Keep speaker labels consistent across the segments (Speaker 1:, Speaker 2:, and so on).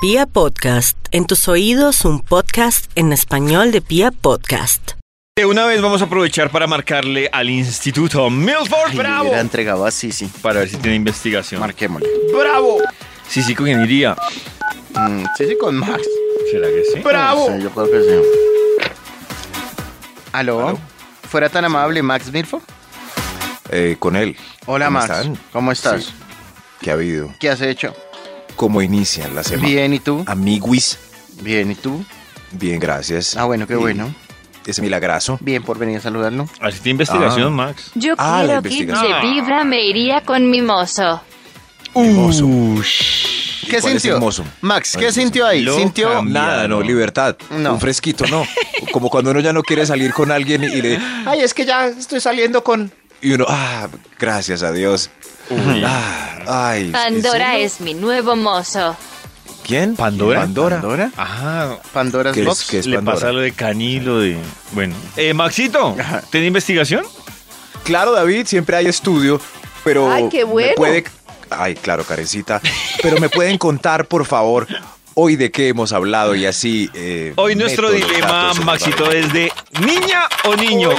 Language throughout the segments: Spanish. Speaker 1: Pia Podcast, en tus oídos un podcast en español de Pia Podcast.
Speaker 2: De una vez vamos a aprovechar para marcarle al Instituto Milford
Speaker 3: Le
Speaker 2: Bravo
Speaker 3: hubiera entregado a Sisi.
Speaker 2: para ver si tiene investigación.
Speaker 3: Marquémosle.
Speaker 2: ¡Bravo! Sí, sí, ¿con quién iría?
Speaker 3: Mm, Sisi con Max.
Speaker 2: ¿Será que sí?
Speaker 3: No sé, yo creo que sí. ¿Aló? ¿Fuera tan amable Max Milford?
Speaker 4: Eh, con él.
Speaker 3: Hola
Speaker 4: ¿Cómo
Speaker 3: Max.
Speaker 4: están?
Speaker 3: ¿Cómo estás?
Speaker 4: Sí. ¿Qué ha habido?
Speaker 3: ¿Qué has hecho?
Speaker 4: ¿Cómo inician la semana?
Speaker 3: Bien, ¿y
Speaker 4: Ah.
Speaker 3: tú?
Speaker 4: Amiguis.
Speaker 3: Bien, ¿y tú?
Speaker 4: Bien, gracias.
Speaker 3: Ah, bueno, qué
Speaker 4: Y
Speaker 3: bueno.
Speaker 4: Ese milagrazo.
Speaker 3: Bien por venir a saludarlo.
Speaker 2: Así tiene investigación, Max.
Speaker 5: Yo
Speaker 4: Ah, la
Speaker 5: quiero que
Speaker 4: investigación.
Speaker 5: de vibra me iría con mi mozo.
Speaker 4: Hermoso.
Speaker 3: Uh. ¿Qué
Speaker 4: cuál es
Speaker 3: sintió?
Speaker 4: el mozo?
Speaker 3: Max,
Speaker 4: ¿Cuál
Speaker 3: ¿qué
Speaker 4: es el mozo?
Speaker 3: sintió ahí?
Speaker 2: Loca.
Speaker 3: ¿Sintió?
Speaker 4: Nada, no, libertad.
Speaker 3: No.
Speaker 4: Un fresquito, no. Como cuando uno ya no quiere salir con alguien y, y le.
Speaker 3: Ay, es que ya estoy saliendo con...
Speaker 4: Y uno, ah, gracias a Dios. Ah, ay. ¿en
Speaker 5: Pandora
Speaker 4: serio?
Speaker 5: es mi nuevo mozo.
Speaker 4: ¿Quién?
Speaker 2: ¿Pandora?
Speaker 4: Pandora.
Speaker 2: Ajá,
Speaker 3: Pandora's
Speaker 4: ¿Qué es,
Speaker 3: Box.
Speaker 4: qué es
Speaker 2: le
Speaker 4: Pandora?
Speaker 2: pasa lo de Canilo de... Bueno. Eh, Maxito, ¿tiene investigación?
Speaker 4: Claro, David, siempre hay estudio, pero.
Speaker 6: Ay, qué
Speaker 4: me
Speaker 6: bueno.
Speaker 4: puede- Ay, claro, carecita. Pero me pueden contar, por favor, hoy de qué hemos hablado y así. eh,
Speaker 2: Hoy nuestro
Speaker 4: meto los
Speaker 2: dilema,
Speaker 4: datos en
Speaker 2: Maxito,
Speaker 4: el-
Speaker 2: es de niña o niño.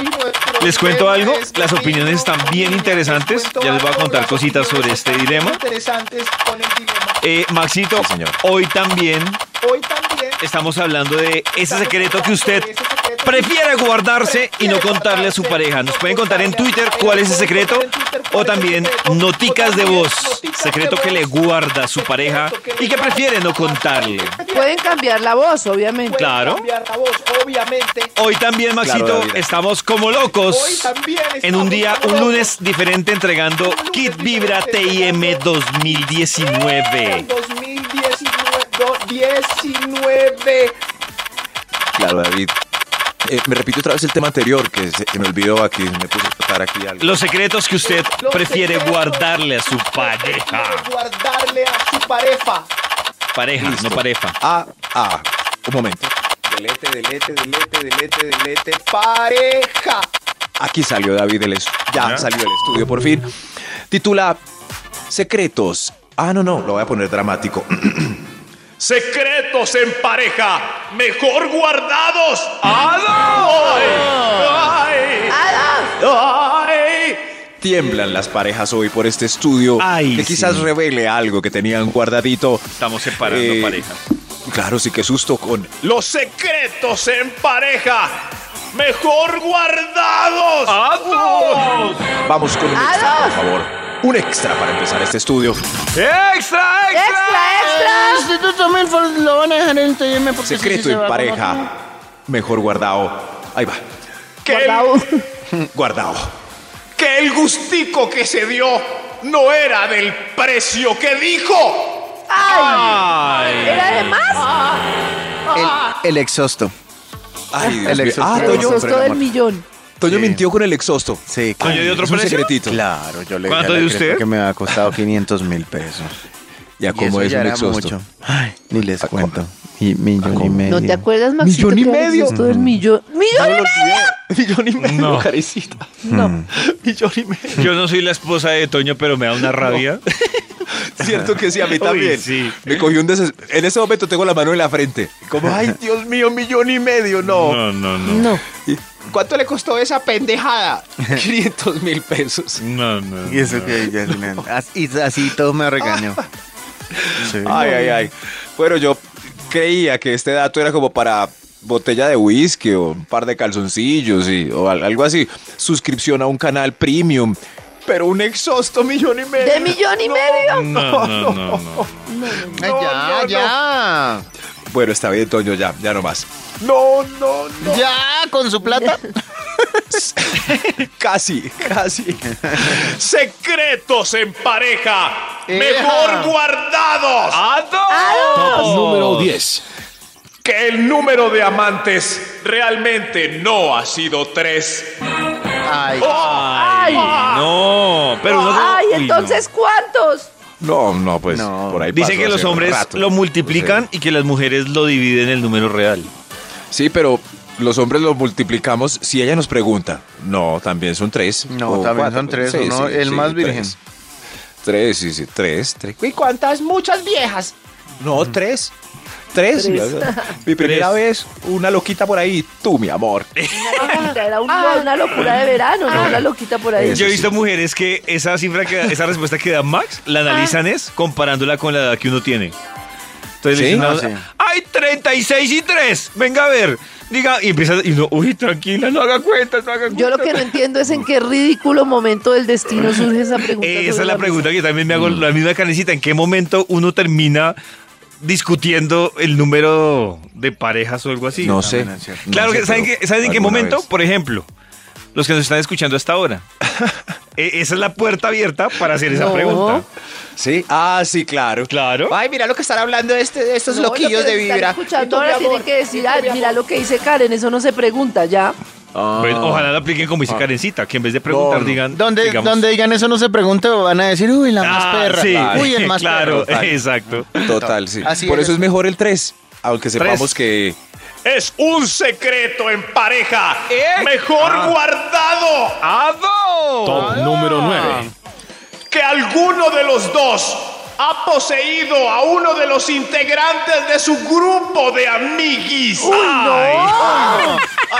Speaker 2: Les cuento algo, las opiniones están bien interesantes. Ya les voy a contar cositas sobre este dilema.
Speaker 7: Interesantes con el dilema.
Speaker 2: Eh, Maxito,
Speaker 4: Sí, señor.
Speaker 2: hoy también
Speaker 7: Hoy también
Speaker 2: estamos hablando de ese secreto que usted
Speaker 7: Ese secreto que
Speaker 2: prefiere
Speaker 7: usted
Speaker 2: guardarse y no
Speaker 7: prefiere
Speaker 2: contarle a su
Speaker 7: guardarse.
Speaker 2: pareja. Nos pueden contar en
Speaker 7: Contarle a-
Speaker 2: Twitter
Speaker 7: ahí
Speaker 2: cuál
Speaker 7: nos
Speaker 2: es ese
Speaker 7: pueden
Speaker 2: secreto
Speaker 7: contar en Twitter
Speaker 2: o
Speaker 7: cuál es el
Speaker 2: también
Speaker 7: secreto,
Speaker 2: noticas
Speaker 7: o
Speaker 2: de
Speaker 7: también
Speaker 2: voz,
Speaker 7: noticas
Speaker 2: secreto
Speaker 7: de
Speaker 2: que le
Speaker 7: voz,
Speaker 2: guarda a su
Speaker 7: secreto
Speaker 2: pareja
Speaker 7: que le
Speaker 2: y que
Speaker 7: guarda
Speaker 2: prefiere no
Speaker 7: a su pareja.
Speaker 2: contarle.
Speaker 6: Pueden cambiar la voz, obviamente.
Speaker 7: Pueden
Speaker 2: Claro.
Speaker 7: cambiar la voz, obviamente.
Speaker 2: Hoy también, Maxito,
Speaker 4: Claro, David.
Speaker 2: estamos como locos.
Speaker 7: Hoy también
Speaker 2: En un
Speaker 7: estamos
Speaker 2: día,
Speaker 7: como
Speaker 2: un
Speaker 7: locos.
Speaker 2: lunes diferente entregando
Speaker 7: Un lunes
Speaker 2: Kit Vibra TIM
Speaker 7: diferente.
Speaker 2: 2019.
Speaker 7: 2019. do- 19.
Speaker 4: Claro, David. Eh, me repito otra vez el tema anterior que se, que me olvidó aquí. Me puse a tocar aquí algo.
Speaker 2: Los secretos que usted
Speaker 7: Los
Speaker 2: prefiere
Speaker 7: secretos
Speaker 2: guardarle a su
Speaker 7: que usted
Speaker 2: pareja.
Speaker 7: prefiere Guardarle a su pareja.
Speaker 2: Pareja, no
Speaker 4: Listo.
Speaker 2: pareja.
Speaker 4: Ah, ah. Un momento.
Speaker 7: Delete, delete, delete, delete, delete. Pareja.
Speaker 4: Aquí salió David del estudio. Ya salió del estudio por fin. Titula Secretos. Ah, no, no, lo voy a poner dramático.
Speaker 8: Secretos en pareja, mejor guardados. ¡Ay! ¡Ay!
Speaker 4: Tiemblan las parejas hoy por este estudio
Speaker 2: Ay,
Speaker 4: que quizás
Speaker 2: sí.
Speaker 4: revele algo que tenían guardadito.
Speaker 2: Estamos separando
Speaker 4: Eh,
Speaker 2: parejas.
Speaker 4: Claro, sí que susto con
Speaker 8: Los secretos en pareja, mejor guardados.
Speaker 4: Vamos con un extra, por favor. Un extra para empezar este estudio.
Speaker 2: ¡Extra,
Speaker 6: ¡Extra, extra!
Speaker 3: Instituto Milford lo van a dejar en TM porque
Speaker 4: Secreto en pareja. Mejor guardado. Ahí va.
Speaker 8: que, El,
Speaker 3: Mm.
Speaker 4: Guardado.
Speaker 8: que el gustico que se dio no era del precio que dijo.
Speaker 6: ¿Era de más?
Speaker 3: El, el exhausto.
Speaker 4: Ay, Dios
Speaker 3: El
Speaker 4: mío.
Speaker 3: exhausto.
Speaker 4: Ah,
Speaker 3: El
Speaker 4: Toño.
Speaker 6: Eso es todo el millón.
Speaker 4: Toño mintió con el exhausto.
Speaker 3: Sí,
Speaker 2: Toño, ¿de
Speaker 3: claro.
Speaker 2: otro
Speaker 4: es un
Speaker 2: precio?
Speaker 4: secretito.
Speaker 3: Claro, yo le dije
Speaker 2: ¿Cuánto
Speaker 3: a la
Speaker 2: de
Speaker 3: Crespo
Speaker 2: usted?
Speaker 3: que me ha costado 500 mil pesos.
Speaker 4: Ya
Speaker 3: eso
Speaker 4: como Ah, es
Speaker 3: ya
Speaker 4: un
Speaker 3: era
Speaker 4: exhausto.
Speaker 3: mucho. Ay, ni les
Speaker 4: Ah, ¿cómo?
Speaker 3: cuento. Y millón y medio.
Speaker 6: ¿No te acuerdas, Maxito?
Speaker 3: Millón y
Speaker 6: que era
Speaker 3: medio. Mm.
Speaker 6: Todo el millón.
Speaker 4: Ya
Speaker 6: ¡Millón
Speaker 4: me
Speaker 6: y
Speaker 4: lo
Speaker 6: medio!
Speaker 4: olvidé. Millón y medio,
Speaker 2: No.
Speaker 4: carecita.
Speaker 6: No.
Speaker 2: Yo no soy la esposa de Toño, pero me da una rabia.
Speaker 4: Cierto que sí, a mí también.
Speaker 2: sí.
Speaker 4: Me cogí un deses... En ese momento tengo la mano en la frente. Como, ay, Dios mío, millón y medio, no.
Speaker 2: No, no, no.
Speaker 6: No.
Speaker 7: ¿Cuánto le costó esa pendejada?
Speaker 4: 500 mil pesos.
Speaker 2: No, no.
Speaker 3: Y eso que ya así, así todo me regañó. Sí.
Speaker 4: Ay, ay, ay. Bueno, yo creía que este dato era como para botella de whisky o un par de calzoncillos y, o al- algo así. Suscripción a un canal premium. Pero un exhausto millón y medio.
Speaker 6: ¿De millón y medio?
Speaker 2: No, no, no, no.
Speaker 3: Ay, ya, ya.
Speaker 4: Bueno, está bien, Toño, ya, ya no más.
Speaker 7: No, no, no.
Speaker 3: Ya, con su plata.
Speaker 4: Casi, casi.
Speaker 8: Secretos en pareja,
Speaker 3: Eja.
Speaker 8: mejor guardados.
Speaker 2: Número 10.
Speaker 8: Que el número de amantes realmente no ha sido tres.
Speaker 3: Ay,
Speaker 2: Oh, Ay, no. Pero uno-
Speaker 6: Ay,
Speaker 2: Uy, no.
Speaker 6: entonces, ¿cuántos?
Speaker 4: No, no, pues
Speaker 3: No.
Speaker 4: por ahí
Speaker 2: Dice
Speaker 4: pasó
Speaker 2: que los
Speaker 4: hace
Speaker 2: hombres
Speaker 4: rato.
Speaker 2: lo multiplican y que las mujeres lo dividen el número real.
Speaker 4: Sí, pero los hombres lo multiplicamos. Si ella nos pregunta, no, también son tres.
Speaker 3: No,
Speaker 4: o
Speaker 3: también son tres, uno, el más virgen.
Speaker 4: Tres, sí, sí, tres, tres.
Speaker 7: ¿Y cuántas muchas viejas?
Speaker 4: No, tres. Tres.
Speaker 6: Tres.
Speaker 4: Mi primera
Speaker 2: Mm. Tres.
Speaker 4: vez, una loquita por ahí, tú, mi amor.
Speaker 6: Era una,
Speaker 2: Ah.
Speaker 6: una locura de verano, ¿no? Una loquita por ahí.
Speaker 2: Yo he visto mujeres que esa cifra, que, esa respuesta que da Max, la analizan es comparándola con la edad que uno tiene. Entonces le
Speaker 4: ¿Sí?
Speaker 2: dicen a
Speaker 3: Ah,
Speaker 2: uno,
Speaker 3: sí.
Speaker 2: ¡ay, 36 y 3! Venga a ver. Diga, y empieza, y uno, uy, tranquila, no haga cuentas, no haga cuentas.
Speaker 6: Yo lo que no entiendo es en qué ridículo momento del destino surge esa pregunta.
Speaker 2: Eh,
Speaker 6: sobre
Speaker 2: Esa es la
Speaker 6: mesa.
Speaker 2: pregunta que yo también me hago, la misma canecita. ¿En qué momento uno termina discutiendo el número de parejas o algo así?
Speaker 4: No sé.
Speaker 3: también es cierto.
Speaker 2: Claro, que, ¿saben,
Speaker 4: pero
Speaker 2: qué- ¿saben en qué
Speaker 4: alguna
Speaker 2: momento?
Speaker 4: vez.
Speaker 2: Por ejemplo, los que nos están escuchando hasta ahora. E- esa es la puerta abierta para hacer esa
Speaker 6: No.
Speaker 2: pregunta.
Speaker 4: Sí. Ah, sí, claro.
Speaker 2: Claro.
Speaker 7: Ay, mira lo que están hablando este, de estos
Speaker 6: No, lo que
Speaker 7: loquillos de
Speaker 6: están
Speaker 7: vibra.
Speaker 6: Escuchando ahora tienen que decir, "Ay, mira lo que dice Karen, eso no se pregunta ya.
Speaker 4: Ah.
Speaker 2: Bueno, ojalá la apliquen como dice Karencita, que en vez de preguntar
Speaker 4: No, no.
Speaker 2: digan.
Speaker 3: Donde,
Speaker 2: digamos,
Speaker 3: donde digan eso no se pregunta, van a decir, uy, la más
Speaker 2: "Ah,
Speaker 3: perra.
Speaker 2: sí,
Speaker 3: Uy, el más
Speaker 2: claro,
Speaker 3: perro.
Speaker 2: exacto.
Speaker 4: Total, sí.
Speaker 3: Así
Speaker 4: Por
Speaker 3: eres.
Speaker 4: eso es mejor el 3. Aunque sepamos que.
Speaker 8: Es un secreto en pareja. Mejor
Speaker 2: Ah.
Speaker 8: guardado.
Speaker 9: Top número 9.
Speaker 8: que alguno de los dos ha poseído a uno de los integrantes de su grupo de amiguis.
Speaker 7: Ay,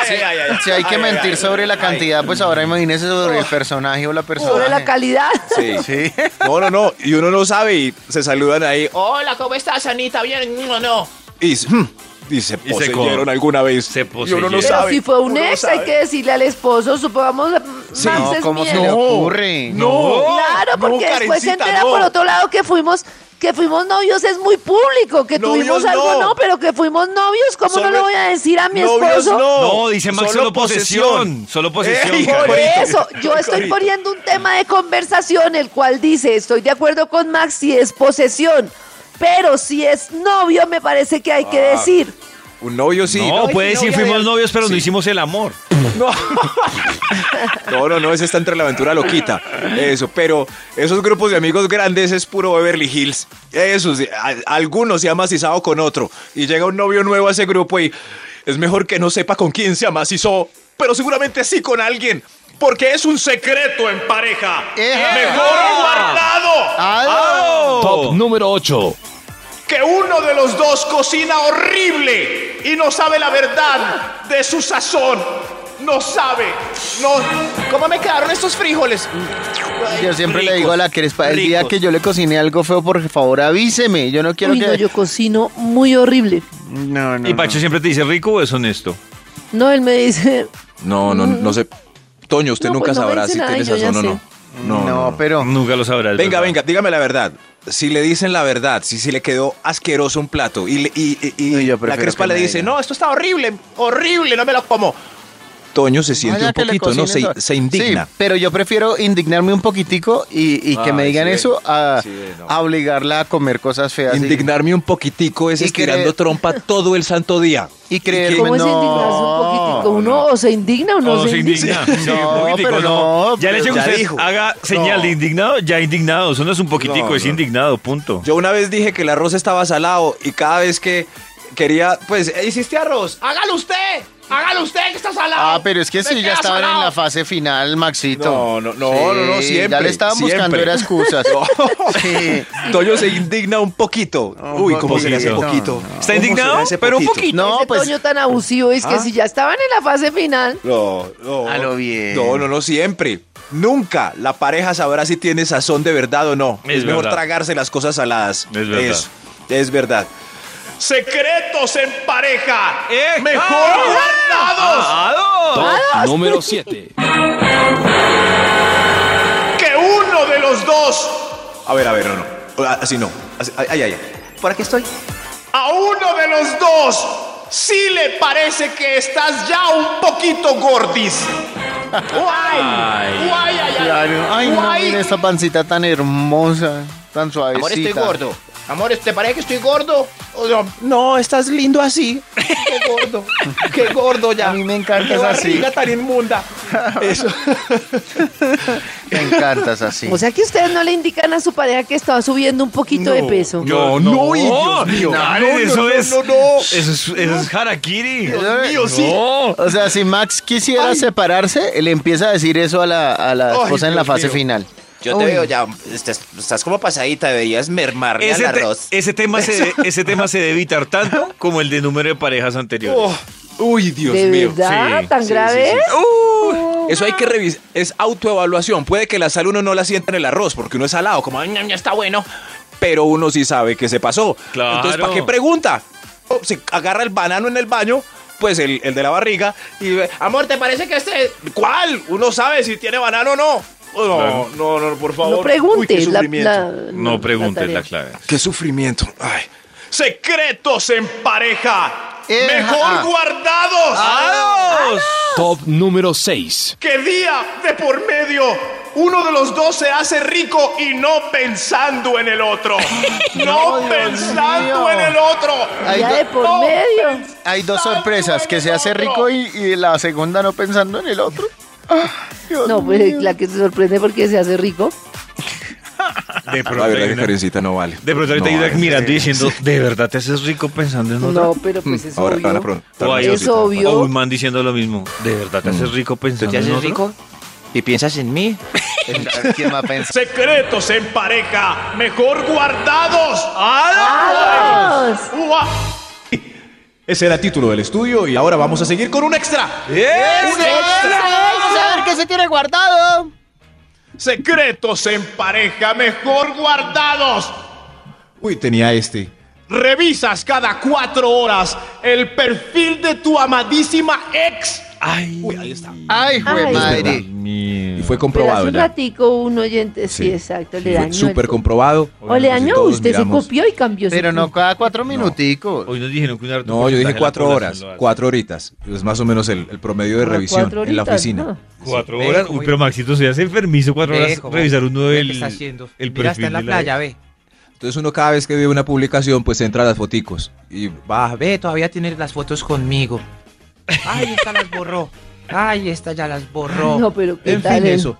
Speaker 7: ay, ay, ay.
Speaker 3: Si hay que
Speaker 8: Ay, ay,
Speaker 3: mentir
Speaker 8: ay,
Speaker 3: sobre la cantidad, pues ahora imagínese sobre el personaje o la persona.
Speaker 6: Sobre la calidad.
Speaker 4: Sí.
Speaker 3: Sí.
Speaker 4: No, no, no. Y uno no sabe y se saludan ahí. oh,
Speaker 7: Hola, ¿cómo estás, Anita? ¿Bien? No, no.
Speaker 4: Y, s- hmm, y se
Speaker 2: Y se co-
Speaker 4: poseyeron alguna vez.
Speaker 2: se
Speaker 4: Y uno
Speaker 2: poseyeron.
Speaker 4: no
Speaker 6: Pero
Speaker 4: sabe.
Speaker 6: si fue un
Speaker 4: uno no
Speaker 6: ex,
Speaker 4: sabe.
Speaker 6: hay que decirle al esposo, supongamos, Max
Speaker 3: No,
Speaker 6: es
Speaker 3: ¿cómo
Speaker 6: mi
Speaker 3: se
Speaker 6: ex.
Speaker 3: le ocurre?
Speaker 4: No.
Speaker 6: Claro, porque
Speaker 4: no,
Speaker 6: después se
Speaker 4: Karencita,
Speaker 6: entera
Speaker 4: no.
Speaker 6: por otro lado que fuimos que fuimos novios es muy público, que
Speaker 4: Novios
Speaker 6: tuvimos algo
Speaker 4: no.
Speaker 6: no, pero que fuimos novios, ¿cómo no
Speaker 4: Solo-
Speaker 6: le voy a decir a mi
Speaker 4: novios
Speaker 6: esposo?
Speaker 2: No, dice Max, solo posesión. Solo posesión,
Speaker 4: Ey,
Speaker 2: Karen.
Speaker 6: Por
Speaker 4: Corito.
Speaker 6: eso, yo estoy
Speaker 4: Corito.
Speaker 6: poniendo un tema de conversación, el cual dice, estoy de acuerdo con Max si es posesión, pero si es novio me parece que hay que decir.
Speaker 4: Un novio sí.
Speaker 2: no, pues. puede
Speaker 4: sí,
Speaker 2: decir
Speaker 4: novia
Speaker 2: fuimos
Speaker 4: de-
Speaker 2: novios, pero no
Speaker 4: Sí.
Speaker 2: hicimos el amor.
Speaker 4: No, no, no, ese está entre la aventura loquita. Eso, pero esos grupos de amigos grandes es puro Beverly Hills. Eso, sí, a- alguno se ha macizado con otro y llega un novio nuevo a ese grupo y es mejor que no sepa con quién se amacizó, pero seguramente sí con alguien, porque es un secreto en pareja.
Speaker 3: ¡Eja!
Speaker 8: Mejor guardado
Speaker 3: ¡Ah!
Speaker 9: Top número 8.
Speaker 8: que uno de los dos cocina horrible y no sabe la verdad de su sazón. No sabe. No.
Speaker 7: ¿Cómo me quedaron estos frijoles?
Speaker 3: Yo siempre le
Speaker 2: ricos,
Speaker 3: digo a la Crespa, el día
Speaker 2: ricos.
Speaker 3: que yo le cociné algo feo, por favor avíseme. Yo no quiero
Speaker 6: Uy,
Speaker 3: que...
Speaker 6: no, yo cocino muy horrible.
Speaker 3: No, no,
Speaker 2: y
Speaker 3: no.
Speaker 2: Pacho siempre te dice, ¿rico o es honesto?
Speaker 6: No, él me dice,
Speaker 4: No, no, no sé. Toño, usted
Speaker 6: No,
Speaker 4: nunca
Speaker 6: pues no me
Speaker 4: sabrá
Speaker 6: dice
Speaker 4: si
Speaker 6: nada
Speaker 4: tiene
Speaker 6: y yo ya
Speaker 4: sazón o no.
Speaker 6: sé.
Speaker 4: No, no, no.
Speaker 3: pero...
Speaker 2: Nunca lo
Speaker 3: pues
Speaker 2: sabrás.
Speaker 4: Venga,
Speaker 2: ¿verdad?
Speaker 4: venga, dígame la verdad. Si le dicen la verdad, si, si le quedó asqueroso un plato y, le- y- y- y
Speaker 3: No, yo
Speaker 4: la
Speaker 3: prefiero
Speaker 4: Crespa
Speaker 3: que
Speaker 4: le
Speaker 3: me
Speaker 4: dice,
Speaker 3: digan.
Speaker 4: no,
Speaker 7: Esto está horrible, horrible, no me lo como.
Speaker 4: Toño se siente
Speaker 3: Vaya
Speaker 4: un
Speaker 3: que le
Speaker 4: poquito, ¿no?
Speaker 3: cocine
Speaker 4: Se,
Speaker 3: eso.
Speaker 4: se indigna.
Speaker 3: Sí, pero yo prefiero indignarme un poquitico y, y que me
Speaker 4: Ay,
Speaker 3: digan
Speaker 4: sí,
Speaker 3: eso a,
Speaker 4: sí, no.
Speaker 3: a obligarla a comer cosas feas. y-
Speaker 4: Indignarme un poquitico es
Speaker 3: Y
Speaker 4: estirando
Speaker 3: creer-
Speaker 4: trompa todo el santo día.
Speaker 3: Y, creer
Speaker 6: ¿cómo es
Speaker 3: no,
Speaker 6: indignarse un poquitico? Uno o se indigna o no,
Speaker 2: No,
Speaker 6: se,
Speaker 2: se
Speaker 6: indigna.
Speaker 2: indigna. Sí,
Speaker 3: No,
Speaker 2: un poquitico,
Speaker 3: pero
Speaker 2: no.
Speaker 3: no,
Speaker 2: Ya le
Speaker 3: pero
Speaker 2: hecho que
Speaker 4: ya
Speaker 2: usted
Speaker 4: dijo.
Speaker 2: haga señal
Speaker 4: No.
Speaker 2: de indignado, ya indignado. Eso no es un poquitico,
Speaker 4: No,
Speaker 2: es
Speaker 4: no.
Speaker 2: indignado, punto.
Speaker 4: Yo una vez dije que el arroz estaba salado y cada vez que quería, pues, eh, hiciste arroz.
Speaker 7: ¡Hágalo usted! ¡Hágalo usted que está salado!
Speaker 3: Ah, pero es que
Speaker 7: Me
Speaker 3: sí, ya
Speaker 7: queda
Speaker 3: estaban en
Speaker 7: salado.
Speaker 3: la fase final, Maxito.
Speaker 4: No, no, no, no, no,
Speaker 3: Ya
Speaker 4: siempre,
Speaker 3: le estaban buscando,
Speaker 4: siempre.
Speaker 3: era excusas. Sí.
Speaker 4: Toño se indigna un poquito.
Speaker 3: Un
Speaker 4: Uy, ¿cómo será ese
Speaker 2: poquito.
Speaker 4: poquito?
Speaker 3: No, no.
Speaker 2: ¿Está indignado? Pero un poquito.
Speaker 3: No,
Speaker 6: Ese
Speaker 3: pues-
Speaker 6: Toño tan abusivo
Speaker 4: Ah.
Speaker 6: es que si ya estaban en la fase final,
Speaker 4: No, no.
Speaker 3: A lo bien.
Speaker 4: No, no, no, siempre. Nunca la pareja sabrá si tiene sazón de verdad o no.
Speaker 2: Es
Speaker 4: Es, mejor
Speaker 2: verdad.
Speaker 4: tragarse las cosas saladas.
Speaker 2: Es verdad.
Speaker 4: Eso, es verdad.
Speaker 8: Secretos en pareja.
Speaker 2: Eh,
Speaker 8: Mejor
Speaker 2: ah,
Speaker 8: guardados.
Speaker 2: ah,
Speaker 9: Top número 7.
Speaker 8: que uno de los dos,
Speaker 4: A ver, a ver, no, no. Ah, Así no. Así- ay, ay, ay.
Speaker 7: ¿Por aquí estoy?
Speaker 8: a uno de los dos, sí le parece que estás ya un poquito gordis. Guay, guay, ay, ay,
Speaker 3: Claro. Ay, no,
Speaker 8: guay.
Speaker 3: mira esta pancita tan hermosa, tan suavecita.
Speaker 7: Amor, estoy gordo. Amor, ¿te parece que estoy gordo? O sea,
Speaker 4: No, estás lindo así.
Speaker 7: qué gordo. Qué gordo ya.
Speaker 3: A mí me encanta esa así.
Speaker 7: barriga tan inmunda.
Speaker 3: Me encantas así.
Speaker 6: o sea que ustedes no le indican a su pareja que estaba subiendo un poquito de peso.
Speaker 2: No, no, no, Dios mío.
Speaker 4: No, no,
Speaker 2: eso
Speaker 4: no,
Speaker 2: es.
Speaker 4: no, no.
Speaker 2: Eso es, eso es harakiri.
Speaker 3: Dios mío, sí.
Speaker 2: No.
Speaker 3: O sea, si Max quisiera separarse, él empieza a decir eso a la, a la esposa en la fase final.
Speaker 7: Yo te veo ya, estás, estás como pasadita, deberías mermarle al
Speaker 2: Ese, te-
Speaker 7: arroz.
Speaker 2: ese tema se de- ese tema se debe evitar tanto como el de número de parejas anteriores.
Speaker 4: Oh. Uy, Dios
Speaker 6: ¿De
Speaker 4: mío.
Speaker 6: verdad?
Speaker 2: sí,
Speaker 6: ¿Tan
Speaker 4: sí,
Speaker 6: grave?
Speaker 4: sí, sí. Eso hay que revisar. Es autoevaluación. Puede que la sal uno no la sienta en el arroz porque uno es salado, como, "Ñam, ñam, está bueno. Pero uno sí sabe que se pasó.
Speaker 2: Claro.
Speaker 4: Entonces, ¿para qué pregunta? Oh, Se agarra el banano en el baño, pues el, el de la barriga, y ve, amor, ¿te parece que este. ¿Cuál? Uno sabe si tiene banano o no. Oh, No,
Speaker 2: Claro.
Speaker 4: no, no, por favor.
Speaker 6: No
Speaker 4: Uy,
Speaker 6: preguntes.
Speaker 4: qué
Speaker 6: la-
Speaker 4: sufrimiento.
Speaker 6: la-
Speaker 2: No,
Speaker 6: la
Speaker 2: preguntes
Speaker 6: tarea.
Speaker 2: la clave.
Speaker 4: Qué sufrimiento. Ay.
Speaker 8: Secretos en pareja.
Speaker 3: Eja.
Speaker 8: Mejor guardados.
Speaker 9: Top número 6.
Speaker 8: Que día de por medio uno de los dos se hace rico y no pensando en el otro. No, pensando
Speaker 3: mío.
Speaker 8: en el otro.
Speaker 3: Hay,
Speaker 6: Ya
Speaker 3: do-
Speaker 6: de por
Speaker 8: No
Speaker 6: medio.
Speaker 3: hay dos sorpresas, que se hace rico y, y la segunda no pensando en el otro. Ah,
Speaker 6: No, pues la que se sorprende porque se hace rico.
Speaker 2: De pronto
Speaker 4: La verdad
Speaker 2: hay
Speaker 4: que
Speaker 2: una-
Speaker 4: Karencita no vale.
Speaker 2: de pronto
Speaker 4: No
Speaker 2: ahorita hay una
Speaker 4: vale.
Speaker 2: mirando y diciendo, ¿de verdad te haces rico pensando en otra?
Speaker 6: No, pero pues es
Speaker 4: Ahora van a
Speaker 6: obvio.
Speaker 4: preguntar.
Speaker 2: O hay
Speaker 6: Es
Speaker 4: Karencita.
Speaker 6: obvio.
Speaker 2: O un man diciendo lo mismo, ¿de verdad te haces rico pensando
Speaker 7: ¿Te
Speaker 2: en
Speaker 7: haces
Speaker 2: otro?
Speaker 7: rico? ¿Y piensas en mí?
Speaker 3: ¿Quién va a pensar?
Speaker 8: Secretos en pareja, mejor guardados.
Speaker 6: ¡Vamos!
Speaker 8: Ua-
Speaker 4: Ese era el título del estudio y ahora vamos a seguir con un extra.
Speaker 2: Eh.
Speaker 8: ¡Un extra!
Speaker 10: saber qué se tiene guardado.
Speaker 8: Secretos en pareja, mejor guardados.
Speaker 4: Uy, tenía este.
Speaker 8: Revisas cada cuatro horas el perfil de tu amadísima ex. Ay, Uy, ahí está.
Speaker 3: Ay, jue
Speaker 6: Ay.
Speaker 3: madre.
Speaker 4: Y fue
Speaker 6: Pero hace
Speaker 4: comprobado.
Speaker 6: un
Speaker 4: ya.
Speaker 6: ratico un oyente, sí,
Speaker 4: Sí.
Speaker 6: exacto, le dañó.
Speaker 4: Fue
Speaker 6: el
Speaker 4: súper
Speaker 6: co-
Speaker 4: comprobado.
Speaker 6: O le dañó,
Speaker 4: Todos
Speaker 6: usted se
Speaker 4: miramos.
Speaker 6: copió y cambió. su
Speaker 3: Pero no
Speaker 6: punto.
Speaker 3: cada cuatro minuticos.
Speaker 2: Hoy nos dijeron que un harto
Speaker 4: No, yo
Speaker 2: porcentaje
Speaker 4: dije
Speaker 2: de la
Speaker 4: cuatro
Speaker 2: población
Speaker 4: horas,
Speaker 2: lo hace.
Speaker 4: cuatro horitas. Es más o menos el, el promedio de
Speaker 6: Ah,
Speaker 4: revisión
Speaker 6: cuatro
Speaker 4: en la
Speaker 6: horitas,
Speaker 4: oficina.
Speaker 6: ah.
Speaker 2: Cuatro
Speaker 7: Ve
Speaker 2: horas.
Speaker 7: cómo
Speaker 2: Uy, pero Maxito, se hace enfermizo cuatro
Speaker 7: Ve
Speaker 2: horas
Speaker 7: cómo-
Speaker 2: revisar uno
Speaker 7: ve qué
Speaker 2: el,
Speaker 7: está haciendo.
Speaker 2: el
Speaker 7: Mira,
Speaker 2: perfil
Speaker 7: está en la
Speaker 2: de
Speaker 7: playa, ve.
Speaker 4: Entonces uno cada vez que ve una publicación, pues entra a las foticos. Y
Speaker 7: Va, ve, todavía tiene las fotos conmigo. Ay, esta las borró. Ay, esta ya las borró.
Speaker 6: No, pero qué
Speaker 4: en
Speaker 6: tal.
Speaker 4: fin,
Speaker 6: el-
Speaker 4: eso.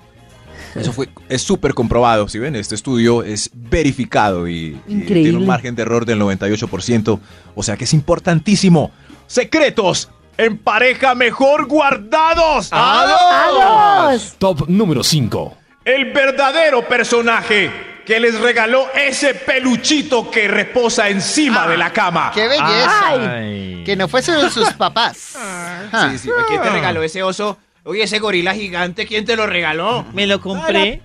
Speaker 4: Eso fue, es súper comprobado, si ven, este estudio es verificado y, y
Speaker 6: Increíble.
Speaker 4: tiene un margen de error del 98%, o sea que es importantísimo.
Speaker 8: Secretos en pareja, mejor guardados.
Speaker 4: Ah.
Speaker 6: ¡Vamos!
Speaker 9: Ah, Top número 5.
Speaker 8: El verdadero personaje que les regaló ese peluchito que reposa encima
Speaker 9: Ah,
Speaker 8: de la cama.
Speaker 10: ¡Qué belleza!
Speaker 6: Ah.
Speaker 10: Que no fuesen sus papás. Ah,
Speaker 4: sí, aquí
Speaker 7: ¿Quién te regaló ese oso? Oye, ese gorila gigante, ¿quién te lo regaló? Me lo compré.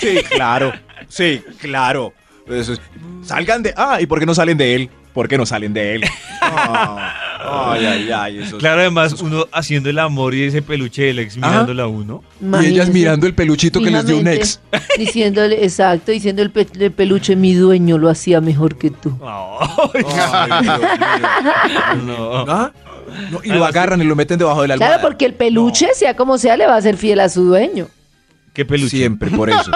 Speaker 4: Sí, claro. Sí, claro. Eso es- Salgan de. Ah, ¿y por qué no salen de él? ¿Por qué no salen de él? Ah, ay, ay, ay. eso es-
Speaker 2: Claro, además, uno haciendo el amor y ese peluche del ex
Speaker 4: Ajá.
Speaker 2: mirándola a uno.
Speaker 4: Y ellas
Speaker 6: Imagínese.
Speaker 4: mirando el peluchito que les dio un
Speaker 6: Fijamente,
Speaker 4: ex.
Speaker 6: Diciéndole, exacto, diciendo el, pe- el peluche, mi dueño lo hacía mejor que tú.
Speaker 2: Ay, no.
Speaker 4: ¿Ah? No, y lo agarran y lo meten debajo de la almohada.
Speaker 6: Claro, porque el peluche, sea como sea, le va a ser fiel a su dueño.
Speaker 2: Qué peluche.
Speaker 4: Siempre, por eso.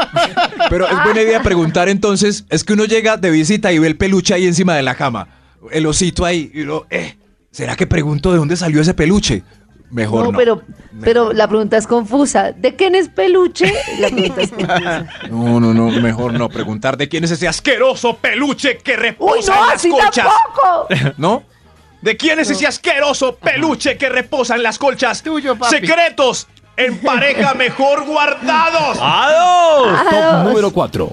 Speaker 4: Pero es buena idea preguntar entonces. Es que uno llega de visita y ve el peluche ahí encima de la cama. El osito ahí. Y uno, eh, ¿será que pregunto de dónde salió ese peluche? Mejor no.
Speaker 6: no, pero, pero la pregunta es confusa. ¿De quién es peluche? La pregunta es confusa.
Speaker 4: No, no, no. Mejor no. Preguntar de quién es ese asco.
Speaker 8: Asqueroso peluche que
Speaker 6: ¡Uy,
Speaker 8: reposa
Speaker 6: no,
Speaker 8: en las
Speaker 6: así
Speaker 8: colchas.
Speaker 6: tampoco!
Speaker 4: ¿No?
Speaker 8: ¿De quién es ese asqueroso peluche que reposa en las colchas?
Speaker 10: Tuyo, papi.
Speaker 8: Secretos en pareja mejor guardados.
Speaker 9: Top número 4.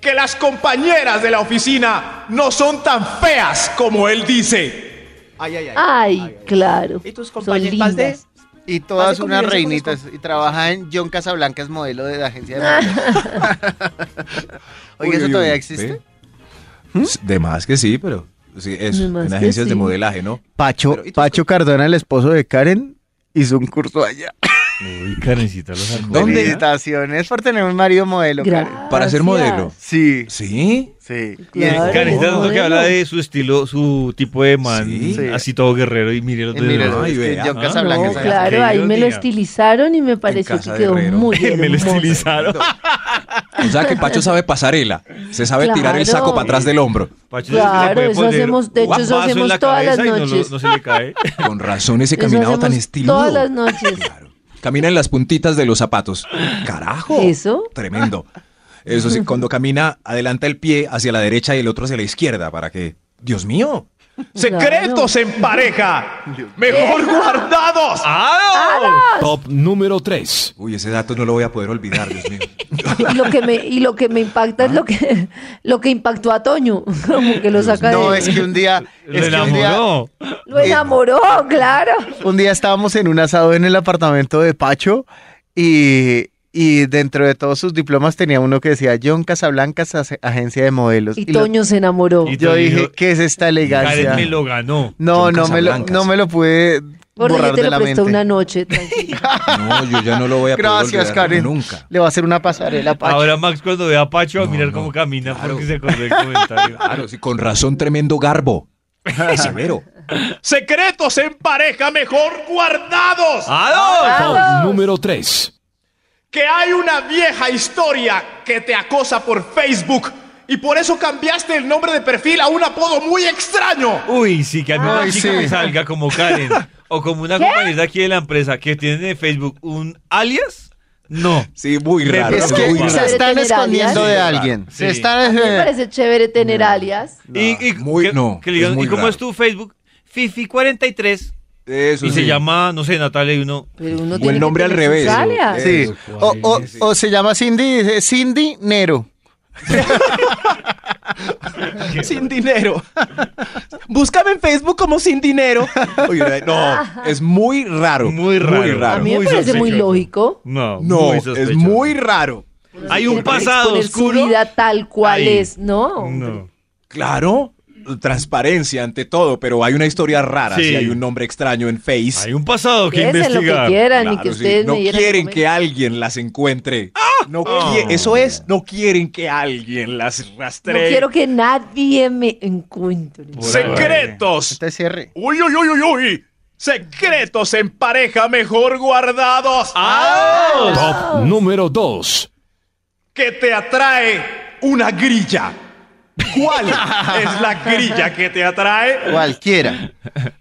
Speaker 8: Que las compañeras de la oficina no son tan feas como él dice.
Speaker 7: Ay, ay, ay.
Speaker 6: Ay, claro.
Speaker 7: ¿Y tus
Speaker 6: Son
Speaker 7: compañeras de?
Speaker 6: lindas.
Speaker 3: Y todas
Speaker 7: Hace como
Speaker 3: unas
Speaker 7: yo, hace como
Speaker 3: reinitas. Y trabaja en John Casablanca, es modelo de la agencia de modelos.
Speaker 6: Ah.
Speaker 3: Oye,
Speaker 4: Uy,
Speaker 3: ¿eso
Speaker 4: uy,
Speaker 3: todavía
Speaker 4: uy,
Speaker 3: existe?
Speaker 4: ve. ¿Mm? S- De más que sí, pero sí, eso,
Speaker 6: De más
Speaker 4: en
Speaker 6: que
Speaker 4: agencias de
Speaker 6: sí.
Speaker 4: modelaje, ¿no?
Speaker 3: Pacho,
Speaker 4: Pero, ¿y tus-
Speaker 3: Pacho Cardona, el esposo de Karen, hizo un curso allá.
Speaker 2: Uy, Karencita, los armó.
Speaker 4: ¿Dónde?
Speaker 3: Felicitaciones por tener un marido modelo. Karen.
Speaker 6: Gracias.
Speaker 4: Para ser modelo.
Speaker 3: Sí,
Speaker 4: Sí.
Speaker 3: sí. Y
Speaker 6: Claro.
Speaker 3: es-
Speaker 2: Karencita, tanto que
Speaker 6: modelo.
Speaker 2: habla de su estilo, su tipo de man,
Speaker 4: Sí.
Speaker 3: Sí.
Speaker 2: así todo guerrero y mire los
Speaker 3: y mira,
Speaker 2: dedos.
Speaker 4: Ay,
Speaker 3: es que
Speaker 4: vea.
Speaker 3: John
Speaker 2: Ah,
Speaker 3: Casablanca
Speaker 6: No,
Speaker 3: es allá.
Speaker 6: claro,
Speaker 2: Qué
Speaker 6: ahí me lo
Speaker 2: ironía.
Speaker 6: estilizaron y me pareció que
Speaker 4: Casa de
Speaker 6: quedó
Speaker 4: Herrero.
Speaker 6: muy
Speaker 2: Me lo
Speaker 6: hermoso.
Speaker 2: estilizaron.
Speaker 4: O sea que Pacho sabe pasarela. Se sabe tirar el
Speaker 6: Claro.
Speaker 4: saco para atrás del hombro.
Speaker 2: Pacho,
Speaker 6: Claro,
Speaker 2: se puede
Speaker 6: eso
Speaker 2: poner
Speaker 6: hacemos- de hecho,
Speaker 2: un
Speaker 6: eso
Speaker 2: vaso en
Speaker 6: hacemos
Speaker 2: la
Speaker 6: todas las
Speaker 2: cabeza y no lo-
Speaker 6: noches.
Speaker 2: no se le cae.
Speaker 4: Con razón ese
Speaker 6: Eso
Speaker 4: caminado tan
Speaker 6: hacemos
Speaker 4: estiludo.
Speaker 6: Todas las noches.
Speaker 4: Claro. Camina en las puntitas de los zapatos. Carajo.
Speaker 6: ¿Eso?
Speaker 4: Tremendo. Eso sí, cuando camina, adelanta el pie hacia la derecha y el otro hacia la izquierda para que... Dios mío.
Speaker 8: Secretos en pareja. Mejor guardados.
Speaker 9: Top número 3.
Speaker 4: Uy, ese dato no lo voy a poder olvidar, Dios mío.
Speaker 6: Y lo que me, y lo que me impacta es lo que, lo que impactó a Toño. Como que lo saca
Speaker 10: No,
Speaker 6: de.
Speaker 10: es que un día.
Speaker 2: Lo
Speaker 10: Es que un día,
Speaker 2: enamoró.
Speaker 6: Lo enamoró, claro.
Speaker 10: un día estábamos en un asado en el apartamento de Pacho y. y dentro de todos sus diplomas tenía uno que decía John Casablancas, ag- agencia de modelos.
Speaker 6: Y
Speaker 10: lo-
Speaker 6: Toño se enamoró.
Speaker 2: Y
Speaker 10: yo
Speaker 2: Toño
Speaker 10: dije,
Speaker 2: dijo,
Speaker 10: ¿qué es esta elegancia?
Speaker 2: Karen me lo ganó.
Speaker 10: No,
Speaker 4: John
Speaker 10: no me, lo,
Speaker 4: Casablancas.
Speaker 10: no me lo pude
Speaker 6: Porque
Speaker 10: borrar
Speaker 6: yo te
Speaker 10: de la
Speaker 6: lo presté
Speaker 10: mente.
Speaker 6: una noche, tranquilo.
Speaker 4: No, yo ya no lo voy a poder
Speaker 10: Gracias,
Speaker 4: olvidar
Speaker 10: Karen.
Speaker 4: nunca.
Speaker 10: Le va a hacer una pasarela a Pacho.
Speaker 2: Ahora Max cuando ve a Pacho a
Speaker 4: No,
Speaker 2: mirar
Speaker 4: no,
Speaker 2: cómo camina
Speaker 4: claro.
Speaker 2: porque se acordó del comentario.
Speaker 4: Claro, sí, con razón, tremendo garbo. Severo.
Speaker 8: Secretos en pareja mejor guardados.
Speaker 2: ¡Ah,
Speaker 9: Top número 3.
Speaker 8: Que hay una vieja historia que te acosa por Facebook y por eso cambiaste el nombre de perfil a un apodo muy extraño.
Speaker 2: Uy, sí, que a mí una
Speaker 10: Ay,
Speaker 2: chica
Speaker 10: sí.
Speaker 2: me salga como Karen o como una compañera aquí de la empresa que tiene en Facebook un alias. No.
Speaker 4: Sí, muy
Speaker 2: Me
Speaker 4: raro.
Speaker 10: Es
Speaker 2: parece
Speaker 4: muy
Speaker 10: que
Speaker 2: raro.
Speaker 10: se están
Speaker 6: Tener
Speaker 10: escondiendo de
Speaker 6: alias.
Speaker 4: Sí,
Speaker 10: alguien.
Speaker 2: sí.
Speaker 10: Se están.
Speaker 6: A mí me parece chévere tener alias.
Speaker 2: Y, y
Speaker 4: muy-
Speaker 2: que-
Speaker 4: no,
Speaker 2: que le
Speaker 4: es
Speaker 2: digan,
Speaker 4: muy
Speaker 2: ¿Y cómo
Speaker 4: raro.
Speaker 2: es tu Facebook? Fifi43.
Speaker 4: Eso
Speaker 2: Y se
Speaker 4: sí.
Speaker 2: llama, no sé, Natalia y uno.
Speaker 6: Pero uno
Speaker 4: O
Speaker 6: tiene
Speaker 4: el
Speaker 6: que
Speaker 4: nombre al
Speaker 6: tener sus
Speaker 4: revés.
Speaker 6: alias.
Speaker 10: Sí.
Speaker 4: Eso,
Speaker 10: O, o-
Speaker 4: sí.
Speaker 10: o se llama Cindy y dice Cindy Nero.
Speaker 11: Sin dinero. Búscame en Facebook como sin dinero.
Speaker 4: Oye, no, es muy raro.
Speaker 2: Muy raro.
Speaker 4: Muy
Speaker 6: A mí me
Speaker 2: Muy
Speaker 6: parece muy
Speaker 2: sospechoso.
Speaker 6: lógico.
Speaker 2: No,
Speaker 4: No,
Speaker 2: muy
Speaker 4: es
Speaker 2: sospechoso.
Speaker 4: muy raro.
Speaker 2: Hay un
Speaker 6: Tiene que
Speaker 2: pasado
Speaker 6: exponer
Speaker 2: oscuro.
Speaker 6: Su vida tal cual
Speaker 2: Ahí.
Speaker 6: es, ¿no?
Speaker 2: No.
Speaker 4: Claro, transparencia ante todo, pero hay una historia rara
Speaker 2: Sí.
Speaker 4: si hay un nombre extraño en Face.
Speaker 2: Hay un pasado que
Speaker 6: Piensen lo que
Speaker 2: investigar.
Speaker 6: quieran y
Speaker 4: Claro,
Speaker 6: que
Speaker 4: sí.
Speaker 6: ustedes
Speaker 4: No
Speaker 6: me dieran
Speaker 4: quieren
Speaker 6: comer.
Speaker 4: que alguien las encuentre.
Speaker 2: Ah.
Speaker 4: No qui- Eso es, no quieren que alguien las
Speaker 6: No
Speaker 4: rastree.
Speaker 6: quiero que nadie me encuentre.
Speaker 8: Secretos.
Speaker 10: Este cierre.
Speaker 8: Uy, uy, uy, uy, uy. Secretos en pareja mejor guardados.
Speaker 9: Top número 2.
Speaker 8: que te atrae una grilla. ¿Cuál es la grilla que te atrae?
Speaker 10: Cualquiera.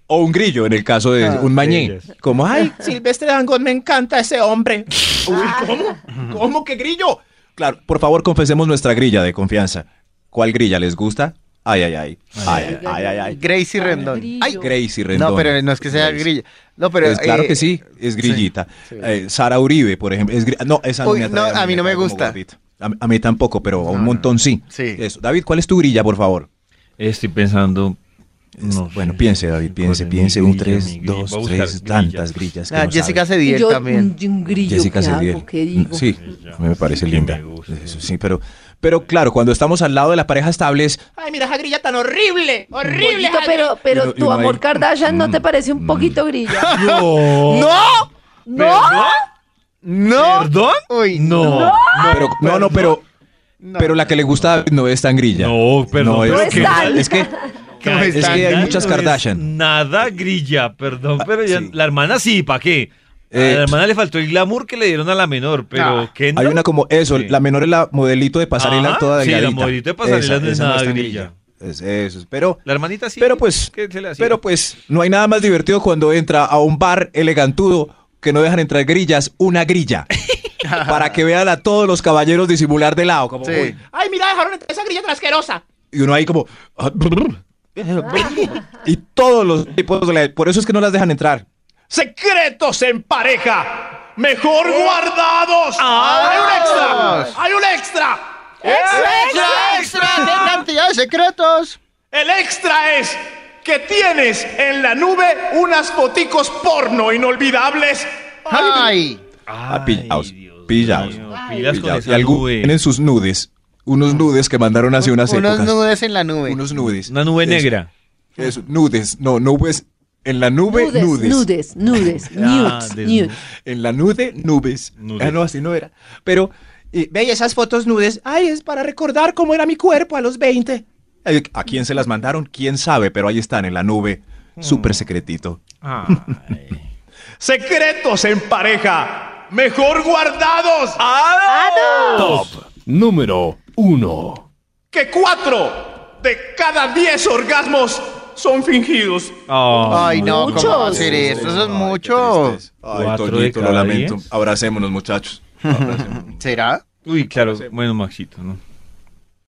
Speaker 4: O un grillo, en el caso de
Speaker 10: Ah,
Speaker 4: un mañé. Como, ay,
Speaker 11: Silvestre Dangond, me encanta ese hombre.
Speaker 8: Uy, ¿cómo? ¿Cómo que grillo?
Speaker 4: claro, por favor, confesemos nuestra grilla de confianza. ¿Cuál grilla les gusta? Ay, ay, ay. Ay, ay, ay, ay. ay.
Speaker 10: Gracie
Speaker 6: Ay,
Speaker 10: Rendón.
Speaker 6: brillo.
Speaker 10: Ay,
Speaker 4: Gracie Rendón.
Speaker 10: no, pero no es que sea
Speaker 4: Gracie.
Speaker 10: grilla. No, pero.
Speaker 4: Es Pues, claro
Speaker 10: eh,
Speaker 4: que sí, es grillita. Eh, Sara Uribe, por ejemplo. es gri- no, esa no
Speaker 10: Uy,
Speaker 4: me atrae,
Speaker 10: no, a mí no
Speaker 4: atrae
Speaker 10: me
Speaker 4: como
Speaker 10: gusta.
Speaker 4: gordito. A, a mí tampoco, pero a un montón sí.
Speaker 10: Sí.
Speaker 4: Eso. David, ¿cuál es tu grilla, por favor?
Speaker 2: Estoy pensando. No
Speaker 4: Este, Bueno,
Speaker 2: sé.
Speaker 4: piense, David, piense,
Speaker 2: Joder,
Speaker 4: piense.
Speaker 2: mi
Speaker 4: Un
Speaker 2: grilla, mi
Speaker 4: 3,
Speaker 2: grilla.
Speaker 4: 2,
Speaker 2: Voy a buscar
Speaker 4: 3,
Speaker 2: grilla.
Speaker 4: tantas grillas. que
Speaker 10: la
Speaker 4: no
Speaker 10: ah, Jessica
Speaker 4: sabe.
Speaker 10: Cediel
Speaker 6: yo,
Speaker 10: también.
Speaker 6: un- un grillo
Speaker 4: Jessica
Speaker 6: que hago,
Speaker 4: Cediel.
Speaker 6: ¿qué digo?
Speaker 4: Sí, me parece
Speaker 2: Sí,
Speaker 4: linda.
Speaker 2: me gusta.
Speaker 4: Eso sí, pero, pero claro, cuando estamos al lado de la pareja estable es.
Speaker 11: Ay, mira esa grilla tan horrible. Horrible.
Speaker 6: Pollito,
Speaker 11: esa
Speaker 6: pero,
Speaker 4: Y
Speaker 6: pero
Speaker 4: no- y
Speaker 6: tu
Speaker 4: no hay- Mm,
Speaker 6: amor Kardashian no te parece un poquito grilla.
Speaker 10: ¡No!
Speaker 6: ¿No?
Speaker 10: ¡No!
Speaker 2: ¿Perdón?
Speaker 10: Uy,
Speaker 2: No.
Speaker 6: Ah,
Speaker 4: pero, no, no, pero, pero la que le gusta a David no es tan grilla.
Speaker 2: No, perdón, pero
Speaker 4: es,
Speaker 6: ¿qué tal?
Speaker 4: es que
Speaker 10: No
Speaker 2: Kardashian
Speaker 10: es que hay
Speaker 4: muchas
Speaker 2: no es
Speaker 4: Kardashian.
Speaker 2: Nada grilla, perdón, pero ya,
Speaker 4: sí.
Speaker 2: la hermana sí, ¿para qué? A
Speaker 4: Eh,
Speaker 2: la hermana le faltó el glamour que le dieron a la menor, pero
Speaker 10: Ah,
Speaker 2: ¿qué no?
Speaker 4: Hay una como eso,
Speaker 2: Sí.
Speaker 4: la menor es la modelito de pasarela
Speaker 2: Ajá,
Speaker 4: toda
Speaker 2: sí, la
Speaker 4: delgadita.
Speaker 2: modelito de pasarela no es nada
Speaker 4: tan
Speaker 2: grilla.
Speaker 4: Es- eso, es- pero,
Speaker 2: La hermanita sí.
Speaker 4: pero pues,
Speaker 2: ¿qué se le hacía?
Speaker 4: pero pues, no hay nada más divertido cuando entra a un bar elegantudo que no dejan entrar grillas, una grilla. para que vean a todos los caballeros disimular de lado. como,
Speaker 10: Sí.
Speaker 4: uy,
Speaker 11: Ay, mira, dejaron esa grilla tan asquerosa.
Speaker 4: y uno ahí como... ah, brr, y todos los tipos... de la- Por eso es que no las dejan entrar.
Speaker 8: Secretos en pareja mejor
Speaker 11: ¿Eh?
Speaker 8: guardados.
Speaker 11: Ah.
Speaker 8: Hay un extra. Hay un extra.
Speaker 10: ¡Extra, extra! ¡Qué cantidad de secretos!
Speaker 8: El extra es que tienes en la nube unas foticos porno inolvidables.
Speaker 10: ¡Ay!
Speaker 4: Ah, pillaos, pillaos,
Speaker 2: mío, pilas con
Speaker 4: pillaos.
Speaker 2: esa
Speaker 4: Y algunos
Speaker 2: nube.
Speaker 4: tienen sus nudes. Unos nudes que mandaron hace unas
Speaker 10: Unos
Speaker 4: épocas.
Speaker 10: nudes en la nube.
Speaker 4: Unos nudes.
Speaker 2: Una nube
Speaker 4: Eso.
Speaker 2: negra.
Speaker 4: Eso, nudes, no, nubes. En la nube,
Speaker 6: Nudes,
Speaker 4: nudes.
Speaker 6: nudes, nudes,
Speaker 2: Ah,
Speaker 6: nudes,
Speaker 2: desnudo.
Speaker 6: nudes.
Speaker 4: En la nude, nubes.
Speaker 2: Nudes.
Speaker 4: Ah, no, así no era. Pero, eh,
Speaker 11: Ve y esas fotos nudes. Ay, es para recordar cómo era mi cuerpo a los 20.
Speaker 4: eh, ¿a quién se las mandaron? ¿Quién sabe? Pero ahí están, en la nube.
Speaker 2: Hmm.
Speaker 4: Súper secretito.
Speaker 8: Secretos en pareja mejor guardados.
Speaker 9: Top número 1.
Speaker 8: que cuatro de cada diez orgasmos son fingidos.
Speaker 2: Ah,
Speaker 10: ¡Ay, no! ¿Cómo va a
Speaker 6: Muchos.
Speaker 10: hacer eso? Eso es
Speaker 4: Ay,
Speaker 10: mucho.
Speaker 4: qué tristes. Ay,
Speaker 2: Cuatro de
Speaker 4: Toñito, lo
Speaker 2: cada
Speaker 4: lamento.
Speaker 2: diez.
Speaker 4: Abracémonos, muchachos. Abracémonos.
Speaker 10: ¿Será?
Speaker 2: Uy, claro. Bueno, Maxito, ¿no?